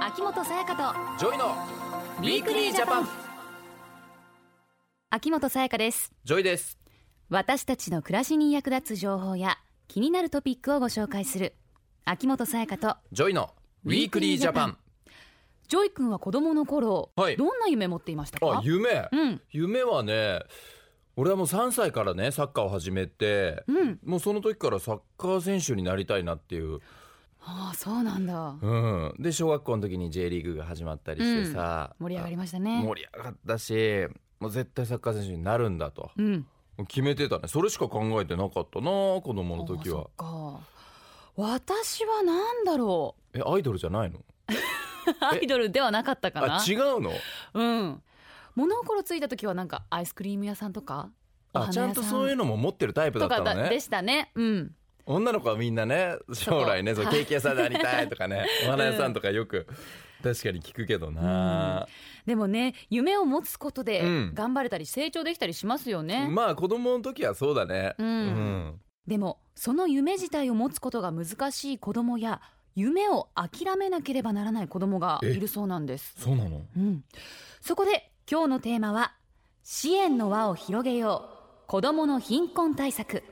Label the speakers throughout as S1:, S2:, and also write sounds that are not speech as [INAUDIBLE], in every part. S1: 秋元さやかと
S2: ジョイのウィークリージャパン
S1: 秋元さやかです
S2: ジョイです
S1: 私たちの暮らしに役立つ情報や気になるトピックをご紹介する秋元さやかと
S2: ジョイのウィークリージャパン
S1: ジョイ君は子供の頃、
S2: はい
S1: どんな夢持っていました
S2: あ
S1: か
S2: 夢、
S1: うん
S2: 夢はね俺はもう3歳からねサッカーを始めて、
S1: うん
S2: もうその時からサッカー選手になりたいなっていう、
S1: ああそうなんだ
S2: うん、で小学校の時に J リーグが始まったりしてさ、
S1: 盛り上がりましたね
S2: 盛り上がったしもう絶対サッカー選手になるんだと
S1: うん
S2: もう決めてたねそれしか考えてなかったな子供の時は
S1: あそっか私は何だろ
S2: えアイドルじゃないの
S1: うアイドルではなかったかな
S2: あ違うの
S1: うん物心ついた時はなんかアイスクリーム屋さんとかお
S2: あ
S1: 花屋
S2: ち
S1: さ
S2: ゃ
S1: ん
S2: んとそういうのも持ってるタイプだ
S1: と
S2: った
S1: か
S2: の
S1: だで
S2: ね
S1: したねうん
S2: 女の子はみんなね将来ね
S1: そ
S2: そ
S1: こ
S2: うケーキ屋さんでなりたいとかねお花屋さんとかよく確かに聞くけどな、
S1: でもね夢を持つことで
S2: うん
S1: 頑張れたり成長できたりしますよね、
S2: まあ子供の時はそうだね
S1: うん
S2: うん
S1: でもその夢自体を持つことが難しい子供や夢を諦めなければならない子供がいるそうなんです、
S2: そうなの
S1: うん、そこで今日のテーマは支援の輪を広げよう子供の貧困対策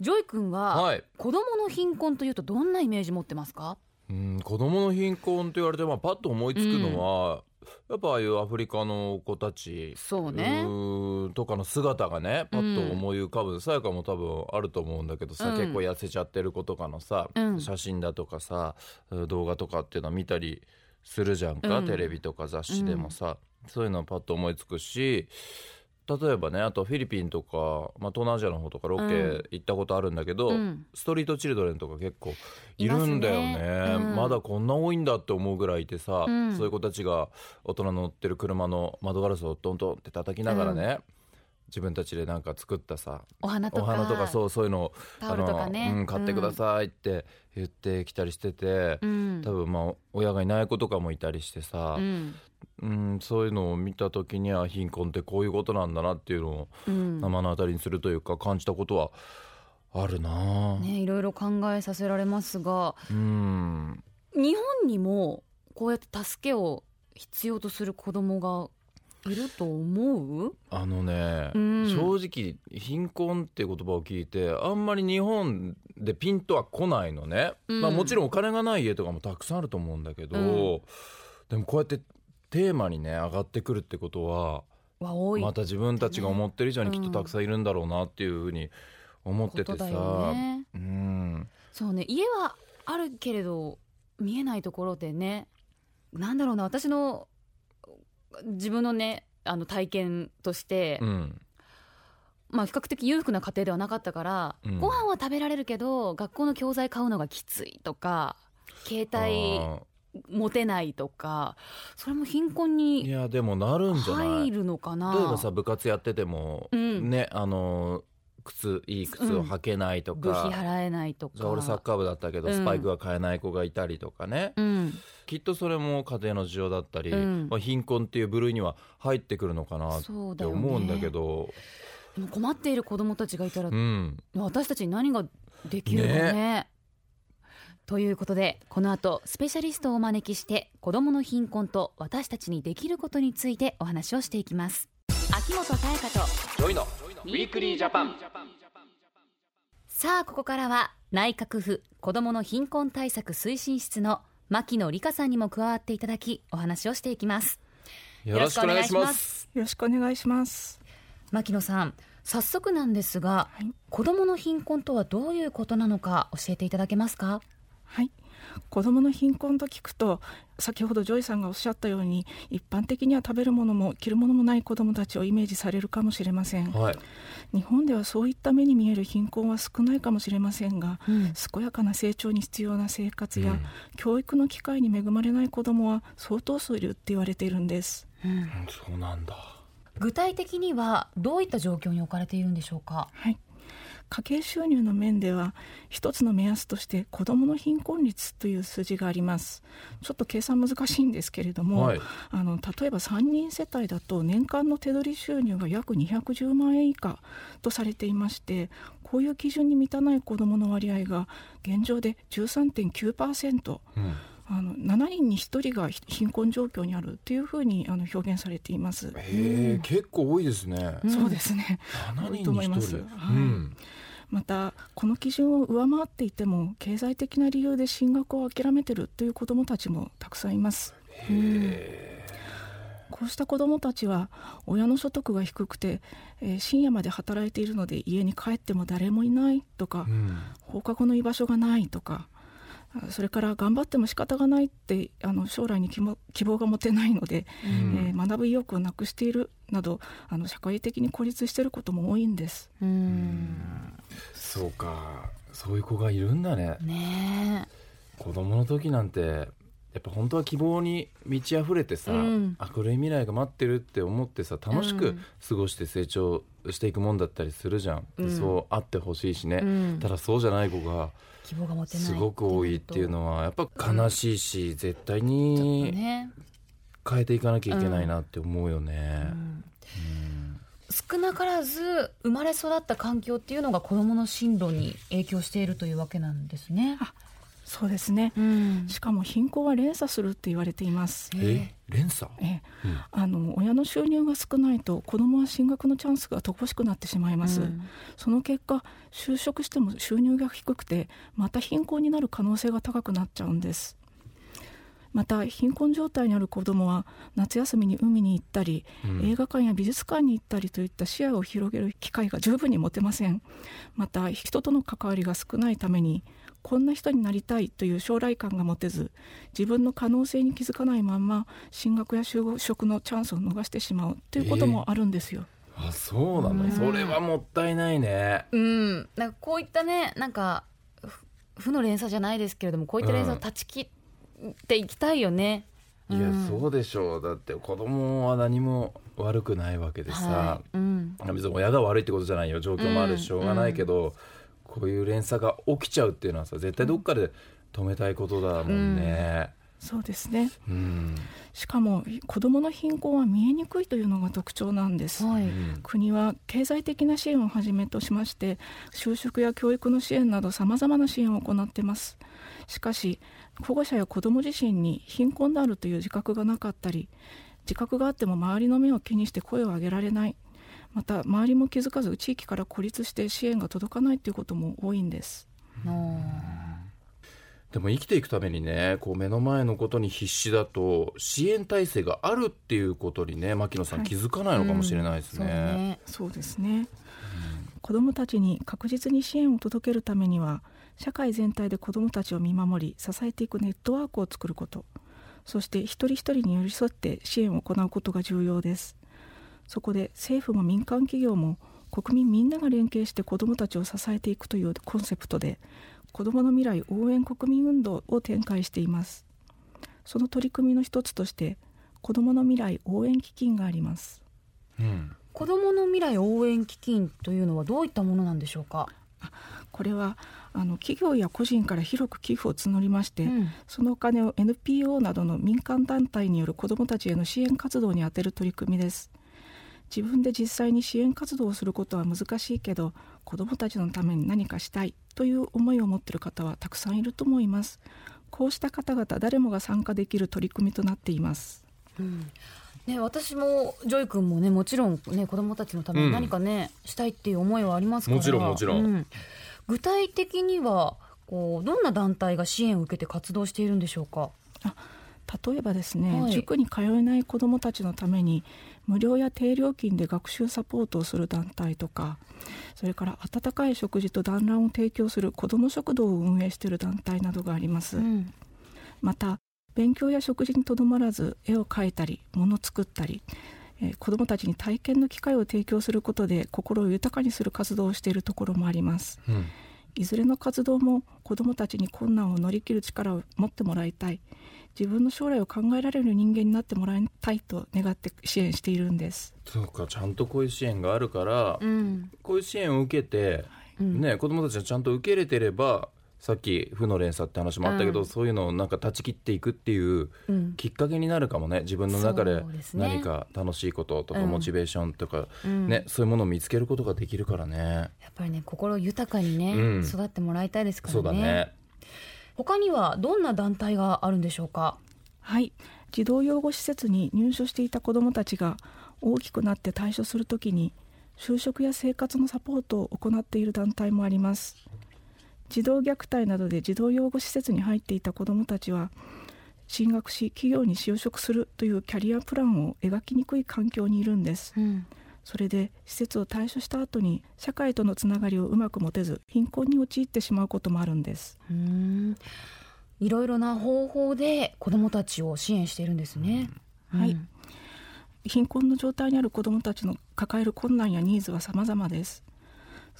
S1: ジョイ君は、
S2: はい
S1: 子供の貧困というとどんなイメージ持ってますか
S2: うん子供の貧困って言われて、まあ、パッと思いつくのは、やっぱああいうアフリカの子たち
S1: そうね
S2: うんとかの姿がねパッと思い浮かぶさやかも多分あると思うんだけどさ、
S1: うん
S2: 結構痩せちゃってる子とかのさ、
S1: うん
S2: 写真だとかさ動画とかっていうのは見たりするじゃんか、
S1: うん
S2: テレビとか雑誌でもさ、そういうのはパッと思いつくし例えばねあとフィリピンとか、まあ、東南アジアの方とかロ
S1: うん
S2: ケ行ったことあるんだけど、
S1: うん
S2: ストリートチルドレンとか結構いるんだよね
S1: いますねうん
S2: まだこんな多いんだって思うぐらいいてさ、
S1: うん
S2: そういう子たちが大人乗ってる車の窓ガラスをトントンって叩きながらね、自分たちでなんか作ったさ
S1: お花と
S2: お
S1: か
S2: 花とかそうそういうのを
S1: タオルとかね
S2: あのうん、買ってくださいって言ってきたりしてて、
S1: うん
S2: 多分まあ親がいない子とかもいたりしてさ
S1: う、ん
S2: うん、そういうのを見た時には貧困ってこういうことなんだなっていうのを
S1: うん
S2: 目の当たりにするというか感じたことはあるな、
S1: ね、いろいろ考えさせられますが
S2: うん
S1: 日本にもこうやって助けを必要とする子供がいると思う、
S2: あのね、
S1: うん
S2: 正直貧困っていう言葉を聞いてあんまり日本でピンとは来ないのね、
S1: うん
S2: まあ、もちろんお金がない家とかもたくさんあると思うんだけど、
S1: うん
S2: でもこうやってテーマにね上がってくるってことは
S1: は多い
S2: また自分たちが思ってる以上にきっとたくさんいるんだろうなっていうふうに思っ
S1: こ
S2: て
S1: と
S2: てさ、
S1: だよね。
S2: うん、
S1: そうね家はあるけれど見えないところでねなんだろうな私の自分のねあの体験として、
S2: うん、
S1: まあ、比較的裕福な家庭ではなかったから、
S2: うん
S1: ご飯は食べられるけど学校の教材買うのがきついとか携帯
S2: あ
S1: 持てないとかそれも貧困
S2: ーい
S1: に
S2: やでもなるんじゃない
S1: 入るのかな。
S2: 例えばさ部活やってても、
S1: うん
S2: ねあの靴いい靴を履けないと
S1: 部
S2: か、
S1: 費払えないと
S2: じゃあ
S1: か。
S2: 俺サッカー部だったけど
S1: うん
S2: スパイクが買えない子がいたりとかね、
S1: うん、
S2: きっとそれも家庭の事情だったり、
S1: うん
S2: まあ、貧困っていう部類には入ってくるのかなっ
S1: そうだ
S2: て
S1: よね
S2: 思うんだけど
S1: でも困っている子どもたちがいたら
S2: うん
S1: 私たちに何ができるかね。ということでこの後スペシャリストをお招きして子どもの貧困と私たちにできることについてお話をしていきます秋元彩香と
S2: ジョイの
S1: ウィークリージャパンさあここからは内閣府子どもの貧困対策推進室の牧野理香さんにも加わっていただきお話をしていきます
S2: よろしくお願いします
S3: よろしくお願いします。
S1: 牧野さん早速なんですが、
S3: はい
S1: 子どもの貧困とはどういうことなのか教えていただけますか
S3: はい。子どもの貧困と聞くと先ほどジョイさんがおっしゃったように一般的には食べるものも着るものもない子どもたちをイメージされるかもしれません
S2: はい、
S3: 日本ではそういった目に見える貧困は少ないかもしれませんが
S1: うん
S3: 健やかな成長に必要な生活や、
S2: うん
S3: 教育の機会に恵まれない子どもは相当数いるって言われているんです
S1: うん
S2: うんそうなんだ
S1: 具体的にはどういった状況に置かれているんでしょうか。
S3: はい、家計収入の面では一つの目安として子どもの貧困率という数字がありますちょっと計算難しいんですけれども、
S2: はい
S3: あの例えば3人世帯だと年間の手取り収入が約210万円以下とされていましてこういう基準に満たない子どもの割合が現状で13.9%
S2: うん
S3: あの7人に1人が貧困状況にあるというふうにあの表現されています。
S2: え結構多いですね
S1: うん
S3: そうですね。
S2: 7
S3: 多い
S2: 人
S3: と思い
S2: に
S3: ま
S2: 1
S3: す
S2: 人
S3: は
S2: う
S3: い
S2: ん
S3: またこの基準を上回っていても経済的な理由で進学を諦めてるという子どもたちもたくさんいます。こうした子どもたちは親の所得が低くて、えー深夜まで働いているので家に帰っても誰もいないとか、
S2: うん
S3: 放課後の居場所がないとかあそれから頑張っても仕方がないってあの将来に希望希望が持てないので、
S2: うん
S3: えー学ぶ意欲をなくしているなどあの社会的に孤立していることも多いんです。
S1: うん
S2: そうかそういう子がいるんだね
S1: ね
S2: 子供の時なんてやっぱ本当は希望に満ち溢れてさ、
S1: うん
S2: 明るい未来が待ってるって思ってさ楽し
S1: う
S2: く
S1: ん
S2: 過ごして成長していくもんだったりするじゃん、で
S1: うん
S2: そうあってほしいしね、
S1: え、うん
S2: ただそうじゃない子が
S1: 希望が持てない
S2: すごく多いっていうのはやっぱ悲しいし、絶対に
S1: ね、
S2: 変えていかなきゃいけないなって思うよ
S1: う
S2: ね。
S1: ん
S2: うん
S1: 少なからず生まれ育った環境っていうのが子どもの進路に影響しているというわけなんですね。
S3: そうですね
S1: うん
S3: しかも貧困は連鎖するって言われています。
S2: え連鎖
S3: ええ
S2: うん
S3: あの親の収入が少ないと子どもは進学のチャンスが乏しくなってしまいます、
S1: うん
S3: その結果就職しても収入が低くてまた貧困になる可能性が高くなっちゃうんですまた貧困状態にある子どもは夏休みに海に行ったり、
S2: うん
S3: 映画館や美術館に行ったりといった視野を広げる機会が十分に持てませんまた人との関わりが少ないためにこんな人になりたいという将来感が持てず自分の可能性に気づかないまんま進学や就職のチャンスを逃してしまうということもあるんですよ、
S2: あそうなの、
S1: うん
S2: それはもったいないね。
S1: うん、なんかこういったねなんかふ負の連鎖じゃないですけれどもこういった連鎖を断ち切っていきたいよね。
S2: いや、
S1: うん
S2: そうでしょうだって子供は何も悪くないわけでさ
S1: は、いうん
S2: 別に親が悪いってことじゃないよ状況もあるしし
S1: うん
S2: ょうがないけど、こういう連鎖が起きちゃうっていうのはさ絶対どっかで止めたいことだもんね。
S3: そうですね
S2: うん
S3: しかも子どもの貧困は見えにくいというのが特徴なんです、
S1: は
S2: う
S1: い
S2: ん
S3: 国は経済的な支援をはじめとしまして就職や教育の支援などさまざまな支援を行っていますしかし保護者や子ども自身に貧困であるという自覚がなかったり自覚があっても周りの目を気にして声を上げられないまた周りも気づかず地域から孤立して支援が届かないということも多いんです
S2: でも生きていくためにねこう目の前のことに必死だと支援体制があるっていうことにね牧野さん
S3: はい
S2: 気づかないのかもしれないです
S1: うんそう
S2: ね。
S3: そうですね、子どもたちに確実に支援を届けるためには社会全体で子どもたちを見守り支えていくネットワークを作ることそして一人一人に寄り添って支援を行うことが重要ですそこで政府も民間企業も国民みんなが連携して子どもたちを支えていくというコンセプトで子どもの未来応援国民運動を展開していますその取り組みの一つとして子どもの未来応援基金があります
S2: うん
S1: 子どもの未来応援基金というのはどういったものなんでしょうか。
S3: これはあの企業や個人から広く寄付を募りまして、
S1: うん
S3: そのお金を NPO などの民間団体による子どもたちへの支援活動に充てる取り組みです自分で実際に支援活動をすることは難しいけど子どもたちのために何かしたいという思いを持っている方はたくさんいると思いますこうした方々誰もが参加できる取り組みとなっています
S1: うんね、私もジョイ君もねもちろん、ね、子どもたちのため
S2: う
S1: に
S2: ん
S1: 何かね、したいっていう思いはありますから
S2: もちろんもちろん
S1: 具体的にはこうどんな団体が支援を受けて活動しているんでしょうか、
S3: 例えばですね、
S1: はい
S3: 塾に通えない子どもたちのために無料や低料金で学習サポートをする団体とかそれから温かい食事と団らんを提供する子ども食堂を運営している団体などがあります、
S1: うん
S3: また勉強や食事にとどまらず絵を描いたり物を作ったり、えー子どもたちに体験の機会を提供することで心を豊かにする活動をしているところもあります
S2: うん
S3: いずれの活動も子どもたちに困難を乗り切る力を持ってもらいたい自分の将来を考えられる人間になってもらいたいと願って支援しているんです。
S2: そうかちゃんとこういう支援があるから、
S1: うん
S2: こういう支援を受けて、
S1: うん
S2: ね、子どもたちがちゃんと受け入れてればさっき負の連鎖って話もあったけど、
S1: うん
S2: そういうのをなんか断ち切っていくっていう
S1: うん
S2: きっかけになるかもね自分の中で
S1: そうですね
S2: 何か楽しいこととか、
S1: うん
S2: モチベーションとか、
S1: うん
S2: ね、そういうものを見つけることができるからね。
S1: やっぱりね心豊かにね、
S2: うん
S1: 育ってもらいたいですからね
S2: そうだね
S1: 他にはどんな団体があるんでしょうか
S3: はい児童養護施設に入所していた子どもたちが大きくなって退所するときに就職や生活のサポートを行っている団体もあります児童虐待などで児童養護施設に入っていた子どもたちは進学し企業に就職するというキャリアプランを描きにくい環境にいるんです、
S1: うん
S3: それで施設を退所した後に社会とのつながりをうまく持てず貧困に陥ってしまうこともあるんです
S1: うーんいろいろな方法で子どもたちを支援しているんですね、
S3: うんはい
S1: うん
S3: 貧困の状態にある子どもたちの抱える困難やニーズは様々です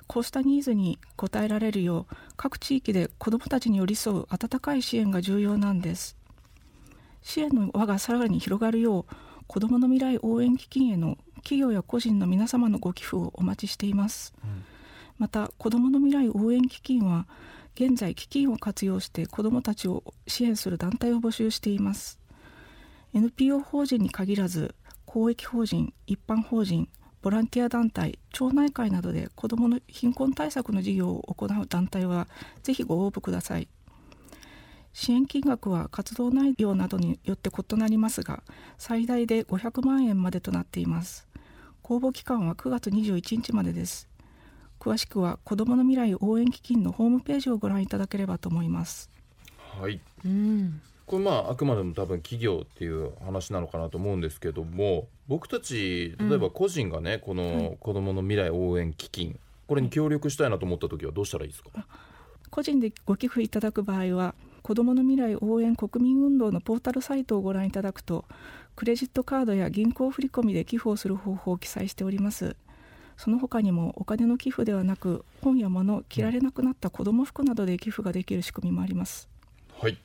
S3: こうしたニーズに応えられるよう各地域で子どもたちに寄り添う温かい支援が重要なんです支援の輪がさらに広がるよう子どもの未来応援基金への企業や個人の皆様のご寄付をお待ちしています、また子どもの未来応援基金は現在基金を活用して子どもたちを支援する団体を募集しています NPO 法人に限らず公益法人一般法人ボランティア団体町内会などで子どもの貧困対策の事業を行う団体はぜひご応募ください支援金額は活動内容などによって異なりますが最大で500万円までとなっています公募期間は9月21日までです詳しくは子どもの未来応援基金のホームページをご覧いただければと思います
S2: はい
S1: うん
S2: これまああくまでも多分企業っていう話なのかなと思うんですけども僕たち例えば個人がね、この子どもの未来応援基金これに協力したいなと思った時はどうしたらいいですか、
S3: 個人でご寄付いただく場合は子どもの未来応援国民運動のポータルサイトをご覧いただくとクレジットカードや銀行振込で寄付をする方法を記載しておりますその他にもお金の寄付ではなく本や物着られなくなった子ども服などで寄付ができる仕組みもあります
S2: はい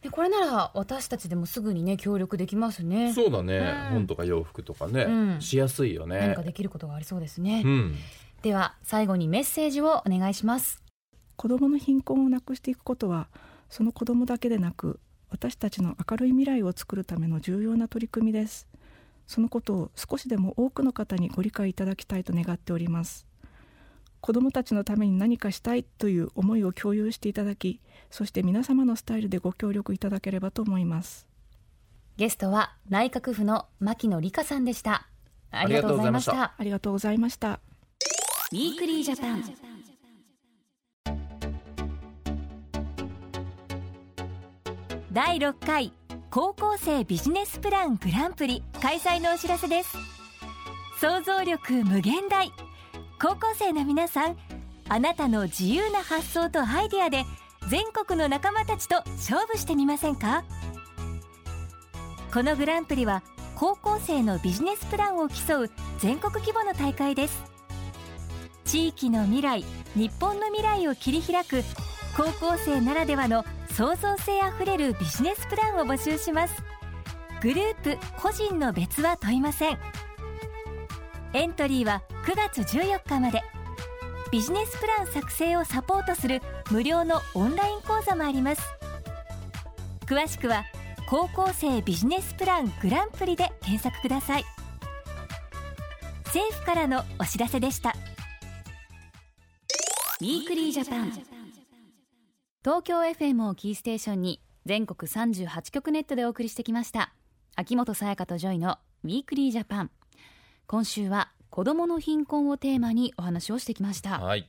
S1: でこれなら私たちでもすぐにね協力できますね
S2: そうだね、
S1: うん
S2: 本とか洋服とかね、
S1: うん
S2: しやすいよ
S1: 何
S2: ね
S1: かできることがありそうですね、
S2: うん
S1: では最後にメッセージをお願いします
S3: 子どもの貧困をなくしていくことはその子どもだけでなく私たちの明るい未来を作るための重要な取り組みですそのことを少しでも多くの方にご理解いただきたいと願っております子どもたちのために何かしたいという思いを共有していただきそして皆様のスタイルでご協力いただければと思います
S1: ゲストは内閣府の牧野理香さんでしたありが
S2: り
S1: と
S2: がと
S1: う
S2: う
S1: ござい
S2: ござい
S1: ま
S2: ま
S1: し
S2: したた
S3: ありがとうございました
S1: ウィークリージャパン
S4: 第6回高校生ビジネスプラングランプリ開催のお知らせです想像力無限大高校生の皆さんあなたの自由な発想とアイデアで全国の仲間たちと勝負してみませんかこのグランプリは高校生のビジネスプランを競う全国規模の大会です地域の未来日本の未来を切り開く高校生ならではの創造性あふれるビジネスプランを募集しますグループ個人の別は問いませんエントリーは9月14日までビジネスプラン作成をサポートする無料のオンライン講座もあります詳しくは高校生ビジネスプラングランプリで検索ください政府からのお知らせでした
S1: ウィークリージャパン東京 FM をキーステーションに全国38局ネットでお送りしてきました秋元才加とジョイのウィークリージャパン今週は子どもの貧困をテーマにお話をしてきました
S2: はい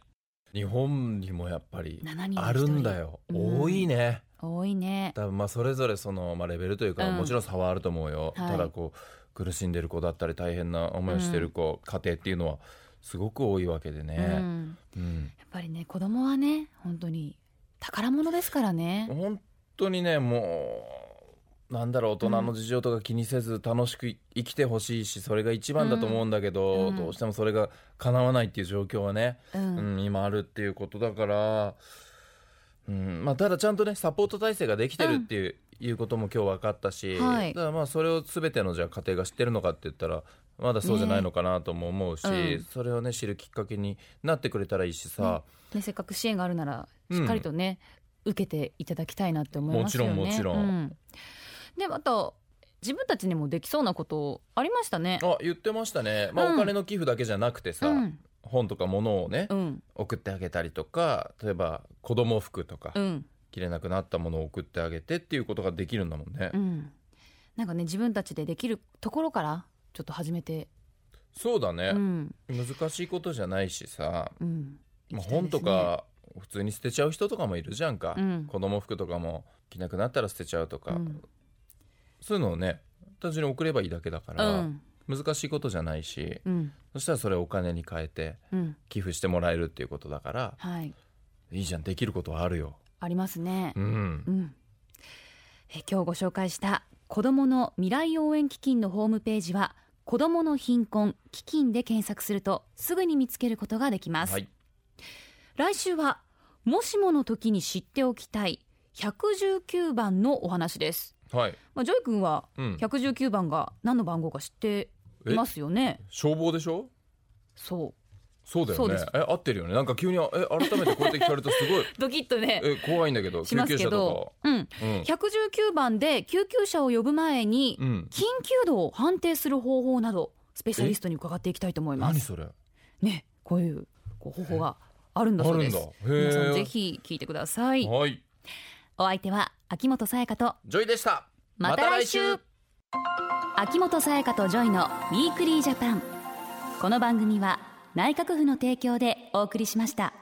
S2: 日本にもやっぱり
S1: 7人に1人
S2: あるんだよ
S1: うん
S2: 多いね
S1: 多いね
S2: 多分まあそれぞれその、まあ、レベルというか、
S1: うん
S2: もちろん差はあると思うよ、
S1: はい
S2: ただこう苦しんでる子だったり大変な思いをしてる子、家庭っていうのはすごく多いわけで
S1: う
S2: ね、
S1: ん
S2: うん
S1: やっぱりね子供はね本当に宝物ですからね
S2: 本当にねもうなんだろう大人の事情とか気にせず楽しく生きてほしいしそれが一番だと思うんだけど、
S1: うん
S2: どうしてもそれが叶わないっていう状況はね、
S1: う
S2: うんん、今あるっていうことだから、うんまあ、ただちゃんとねサポート体制ができてるっていう,、いうことも今日分かったし、
S1: はい
S2: ただまあそれを全てのじゃあ家庭が知ってるのかって言ったらまだそうじゃないのかなとも思うし、
S1: ねうん
S2: それをね知るきっかけになってくれたらいいしさ、
S1: ねせっかく支援があるなら
S2: うん
S1: しっかりとね、受けていただきたいなって思いますよね
S2: もちろんもちろん
S1: うんでまた自分たちにもできそうなことありましたね
S2: あ言ってましたね、まあ、
S1: うん
S2: お金の寄付だけじゃなくてさ、
S1: うん
S2: 本とか物をね、
S1: うん
S2: 送ってあげたりとか例えば子供服とか、
S1: うん
S2: 着れなくなったものを送ってあげてっていうことができるんだもんね、
S1: うん、なんかね自分たちでできるところからちょっと始めて、
S2: そうだ
S1: う
S2: ね、
S1: ん
S2: 難しいことじゃないしさ、
S1: うん、
S2: まあ、
S1: 行きたいですね
S2: 本とか普通に捨てちゃう人とかもいるじゃんか、
S1: うん
S2: 子供服とかも着なくなったら捨てちゃうとか、
S1: うん
S2: そういうのをね単純に送ればいいだけだか
S1: う
S2: ら、
S1: ん
S2: 難しいことじゃないし
S1: うん
S2: そしたらそれをお金に変えて
S1: うん
S2: 寄付してもらえるっていうことだから
S1: はい
S2: いいじゃんできることはあるよ。
S1: ありますね
S2: う、ん
S1: う、ん、え今日ご紹介した子どもの未来応援基金のホームページは子どもの貧困基金で検索するとすぐに見つけることができます、
S2: はい、
S1: 来週はもしもの時に知っておきたい119番のお話です、
S2: はい
S1: まあ、ジョイ君は
S2: うん、
S1: 119番が何の番号か知ってい
S2: え
S1: ますよね
S2: 消防でしょ
S1: そ
S2: そうだ
S1: そう
S2: よ
S1: で
S2: ね
S1: す
S2: え合ってるよねなんか急にえ改めてこうやって聞かれるとす
S1: [LAUGHS]
S2: ごい
S1: うドキッとね
S2: え怖いんだけど
S1: し
S2: 救
S1: ます
S2: 急
S1: け
S2: 車
S1: ど
S2: と、
S1: うん、
S2: か、うん
S1: 119番で救急車を呼ぶ前に
S2: うん、
S1: 緊急度を判定する方法などスペシャリストに伺っていきたいと思いま
S2: 何
S1: す。
S2: それあ
S1: ね、こういうこう方法があるんだそう
S2: る
S1: で
S2: ん
S1: す
S2: だ。
S1: 皆さん
S2: へ
S1: ぜひ聞いてくださ
S2: え
S1: い。
S2: はい
S1: お相手は秋元沙耶香と
S2: ジョイでした
S1: また来週秋元沙耶香とジョイのウィークリージャパン。この番組は内閣府の提供でお送りしました。